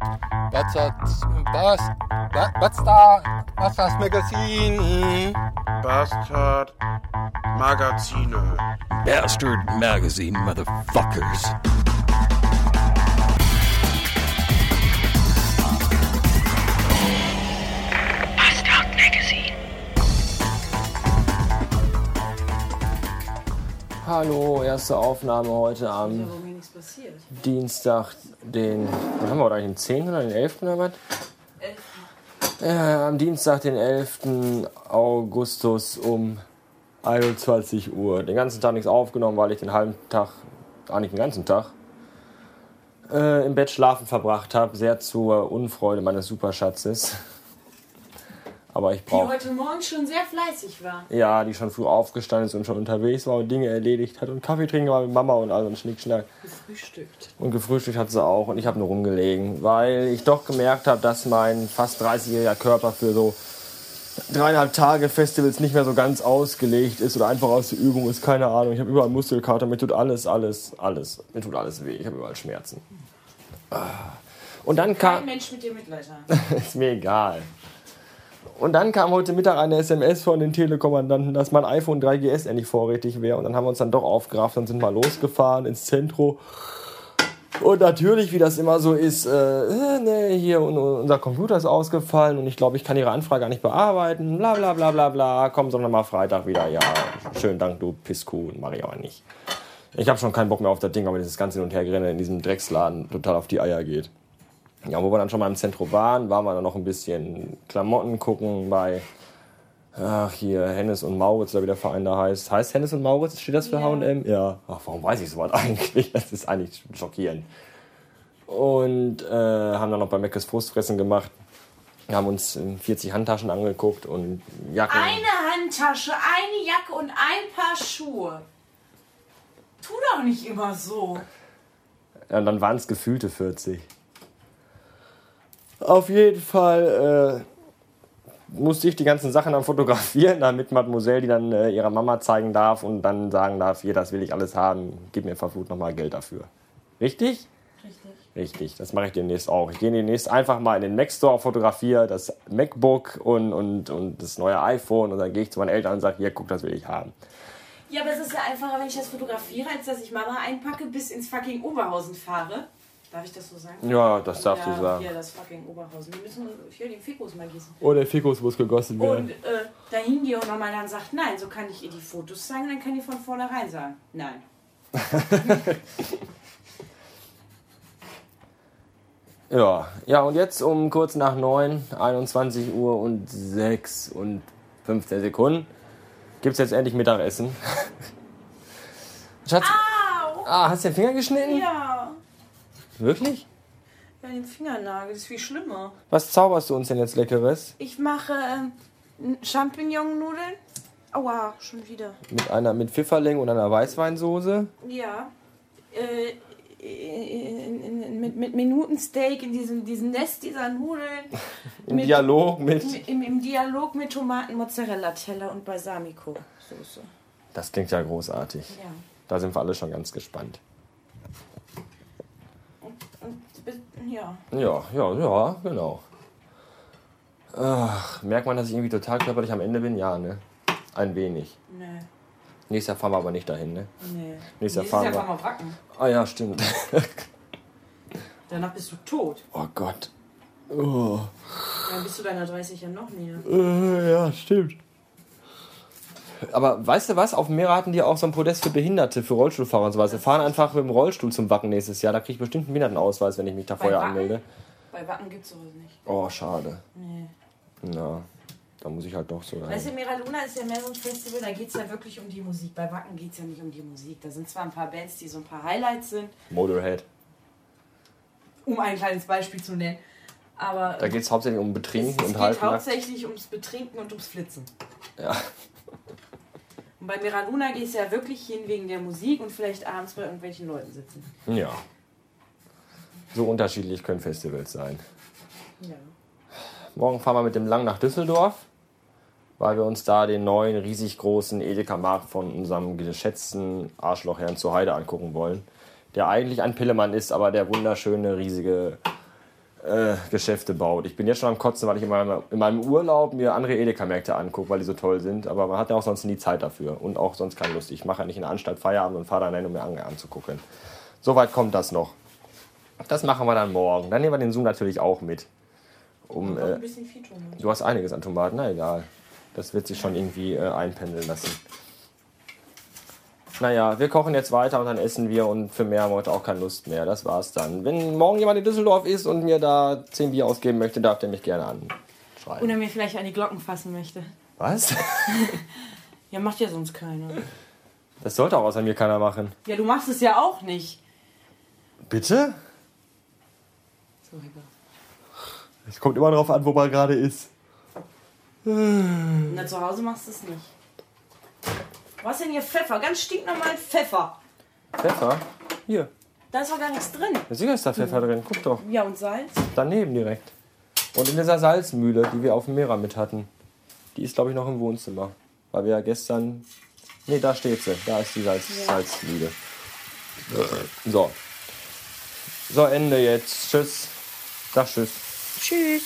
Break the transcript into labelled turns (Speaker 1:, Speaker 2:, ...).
Speaker 1: Was hat's, was, was, was da, was das Magazin?
Speaker 2: Bastard Magazine.
Speaker 3: Bastard Magazine, motherfuckers.
Speaker 4: Hallo, erste Aufnahme heute am Dienstag, den, was haben wir heute eigentlich, den 10. oder den 11. oder was? Ja, am Dienstag, den 11. Augustus um 21 Uhr. Den ganzen Tag nichts aufgenommen, weil ich den halben Tag, ah nicht den ganzen Tag, äh, im Bett schlafen verbracht habe. Sehr zur Unfreude meines Superschatzes. Aber ich
Speaker 5: die
Speaker 4: brauche
Speaker 5: heute Morgen schon sehr fleißig war.
Speaker 4: ja, die schon früh aufgestanden ist und schon unterwegs war und Dinge erledigt hat und Kaffee trinken war mit Mama und all so ein Schnickschnack.
Speaker 5: Gefrühstückt.
Speaker 4: Und gefrühstückt hat sie auch und ich habe nur rumgelegen, weil ich doch gemerkt habe, dass mein fast 30-jähriger Körper für so dreieinhalb Tage Festivals nicht mehr so ganz ausgelegt ist oder einfach aus der Übung ist, keine Ahnung. Ich habe überall Muskelkater, mir tut alles, alles, alles, mir tut alles weh, ich habe überall Schmerzen. Ah. Und dann kam...
Speaker 5: Kein Mensch mit dir Mitleid haben.
Speaker 4: Ist mir egal. Und dann kam heute Mittag eine SMS von den Telekommandanten, dass mein iPhone 3GS endlich vorrätig wäre. Und dann haben wir uns dann doch aufgerafft und sind mal losgefahren ins Zentrum. Und natürlich, wie das immer so ist, äh, äh, nee, hier un- unser Computer ist ausgefallen und ich glaube, ich kann Ihre Anfrage gar nicht bearbeiten. Bla bla bla bla bla. Kommen Sie doch noch mal Freitag wieder. Ja, schönen Dank, du Pisskuh. Mach ich aber nicht. Ich habe schon keinen Bock mehr auf das Ding, aber dieses ganze Hin- und Hergerennen in diesem Drecksladen total auf die Eier geht. Ja, wo wir dann schon mal im Zentrum waren, waren wir dann noch ein bisschen Klamotten gucken bei, ach hier, Hennes und Mauritz, oder wie der Verein da heißt. Heißt Hennes und Mauritz, steht das für H&M? Ja. Ach, warum weiß ich sowas eigentlich? Das ist eigentlich schockierend. Und äh, haben dann noch bei Meckes Frustfressen gemacht, haben uns ähm, 40 Handtaschen angeguckt und Jacken.
Speaker 5: Eine Handtasche, eine Jacke und ein paar Schuhe. Tu doch nicht immer so.
Speaker 4: Ja, und dann waren es gefühlte 40. Auf jeden Fall äh, musste ich die ganzen Sachen dann fotografieren, damit Mademoiselle die dann äh, ihrer Mama zeigen darf und dann sagen darf, hier, das will ich alles haben, gib mir verflucht nochmal Geld dafür. Richtig? Richtig. Richtig, das mache ich demnächst auch. Ich gehe demnächst einfach mal in den Mac Store, fotografiere das MacBook und, und, und das neue iPhone und dann gehe ich zu meinen Eltern und sage, hier, guck, das will ich haben.
Speaker 5: Ja, aber es ist ja einfacher, wenn ich das fotografiere, als dass ich Mama einpacke, bis ins fucking Oberhausen fahre. Darf ich das so sagen?
Speaker 4: Ja, das darfst
Speaker 5: ja,
Speaker 4: du sagen.
Speaker 5: Hier, das fucking Oberhausen. Wir müssen hier den Fikus mal gießen.
Speaker 4: Oh, der Fikus muss gegossen werden.
Speaker 5: Und äh, dahin gehe und Mama dann sagt, nein, so kann ich ihr die Fotos zeigen, dann kann die von vornherein sagen, nein.
Speaker 4: Ja, ja, und jetzt um kurz nach 9, 21 Uhr und 6 und 15 Sekunden gibt's jetzt endlich Mittagessen. Schatz,
Speaker 5: Au!
Speaker 4: ah, hast du den Finger geschnitten?
Speaker 5: Ja,
Speaker 4: Wirklich?
Speaker 5: ja, den Fingernagel, das ist viel schlimmer.
Speaker 4: Was zauberst du uns denn jetzt Leckeres?
Speaker 5: Ich mache ähm, n- Champignon-Nudeln. Aua, schon wieder.
Speaker 4: Mit einer mit Pfifferling und einer Weißweinsoße?
Speaker 5: Ja. Äh, in, in, in, mit, mit Minutensteak in diesem, diesem Nest dieser Nudeln.
Speaker 4: Im
Speaker 5: Mit-
Speaker 4: Dialog mit.
Speaker 5: Im, Im Dialog mit Tomaten, Mozzarella, Teller und Balsamico-Soße.
Speaker 4: Das klingt ja großartig.
Speaker 5: Ja.
Speaker 4: Da sind wir alle schon ganz gespannt.
Speaker 5: Und, bis- ja.
Speaker 4: Ja, ja, ja, genau. Ach, merkt man, dass ich irgendwie total körperlich am Ende bin? Ja, ne? Ein wenig.
Speaker 5: Nee.
Speaker 4: Nächstes Jahr fahren wir aber nicht dahin, ne?
Speaker 5: Nee.
Speaker 4: Nächstes Jahr
Speaker 5: Nächstes
Speaker 4: fahren
Speaker 5: Jahr
Speaker 4: wir.
Speaker 5: fahren wir Wacken.
Speaker 4: Ah ja, stimmt.
Speaker 5: Danach bist du tot.
Speaker 4: Oh Gott.
Speaker 5: Dann bist du deiner 30 ja noch näher.
Speaker 4: Äh, ja, stimmt. Aber weißt du was? Auf dem Meer hatten die auch so ein Podest für Behinderte, für Rollstuhlfahrer und sowas. Wir fahren einfach mit dem Rollstuhl zum Wacken nächstes Jahr. Da kriege ich bestimmt einen Behindertenausweis, wenn ich mich da vorher
Speaker 5: Wacken?
Speaker 4: anmelde.
Speaker 5: Bei Wacken gibt's sowas nicht.
Speaker 4: Oh, schade.
Speaker 5: Nee.
Speaker 4: Na, da muss ich halt doch so
Speaker 5: Weißt du,
Speaker 4: rein.
Speaker 5: Mera Luna ist ja mehr so ein Festival, da geht es ja wirklich um die Musik. Bei Wacken geht es ja nicht um die Musik. Da sind zwar ein paar Bands, die so ein paar Highlights sind,
Speaker 4: Motorhead.
Speaker 5: um ein kleines Beispiel zu nennen. Aber
Speaker 4: Da geht es hauptsächlich um Betrinken
Speaker 5: es, es
Speaker 4: und
Speaker 5: geht
Speaker 4: Halbnackt.
Speaker 5: hauptsächlich ums Betrinken und ums Flitzen.
Speaker 4: Ja.
Speaker 5: Und bei Mera Luna gehst du ja wirklich hin wegen der Musik und vielleicht abends bei irgendwelchen Leuten sitzen.
Speaker 4: ja. So unterschiedlich können Festivals sein.
Speaker 5: Ja.
Speaker 4: Morgen fahren wir mit dem Lang nach Düsseldorf, weil wir uns da den neuen, riesig großen Edeka-Markt von unserem geschätzten Arschlochherrn zur Heide angucken wollen. Der eigentlich ein Pillemann ist, aber der wunderschöne, riesige äh, Geschäfte baut. Ich bin jetzt schon am Kotzen, weil ich in meinem, in meinem Urlaub mir andere Edeka-Märkte angucke, weil die so toll sind. Aber man hat ja auch sonst nie Zeit dafür und auch sonst keine Lust. Ich mache ja nicht in der Anstalt Feierabend und fahre dann hin, um mir Ange anzugucken. Soweit kommt das noch. Das machen wir dann morgen. Dann nehmen wir den Zoom natürlich auch mit. Um,
Speaker 5: Kommt
Speaker 4: äh,
Speaker 5: ein bisschen viel ne? Ton.
Speaker 4: du hast einiges an Tomaten, na egal. Das wird sich schon irgendwie äh, einpendeln lassen. Naja, wir kochen jetzt weiter und dann essen wir und für mehr haben wir heute auch keine Lust mehr. Das war's dann. Wenn morgen jemand in Düsseldorf ist und mir da 10 Bier ausgeben möchte, darf der mich gerne anschreiben.
Speaker 5: Oder mir vielleicht an die Glocken fassen möchte.
Speaker 4: Was?
Speaker 5: Ja, macht ja sonst keiner.
Speaker 4: Das sollte auch außer mir keiner machen.
Speaker 5: Ja, du machst es ja auch nicht.
Speaker 4: Bitte?
Speaker 5: So, Hecker.
Speaker 4: Es kommt immer darauf an, wo man gerade ist.
Speaker 5: Na, zu Hause machst du es nicht. Was denn hier Pfeffer? Ganz stinknormal Pfeffer.
Speaker 4: Pfeffer? Hier.
Speaker 5: Da ist doch gar nichts drin.
Speaker 4: Der Sieger ist da Pfeffer drin. Guck doch.
Speaker 5: Ja, und Salz?
Speaker 4: Daneben direkt. Und in dieser Salzmühle, die wir auf dem Mera mit hatten. Die ist, glaube ich, noch im Wohnzimmer. Weil wir ja gestern. Ne, da steht sie. Da ist die Salz Salzmühle. So. So, Ende jetzt. Tschüss. Sag Tschüss.
Speaker 5: Tschüss.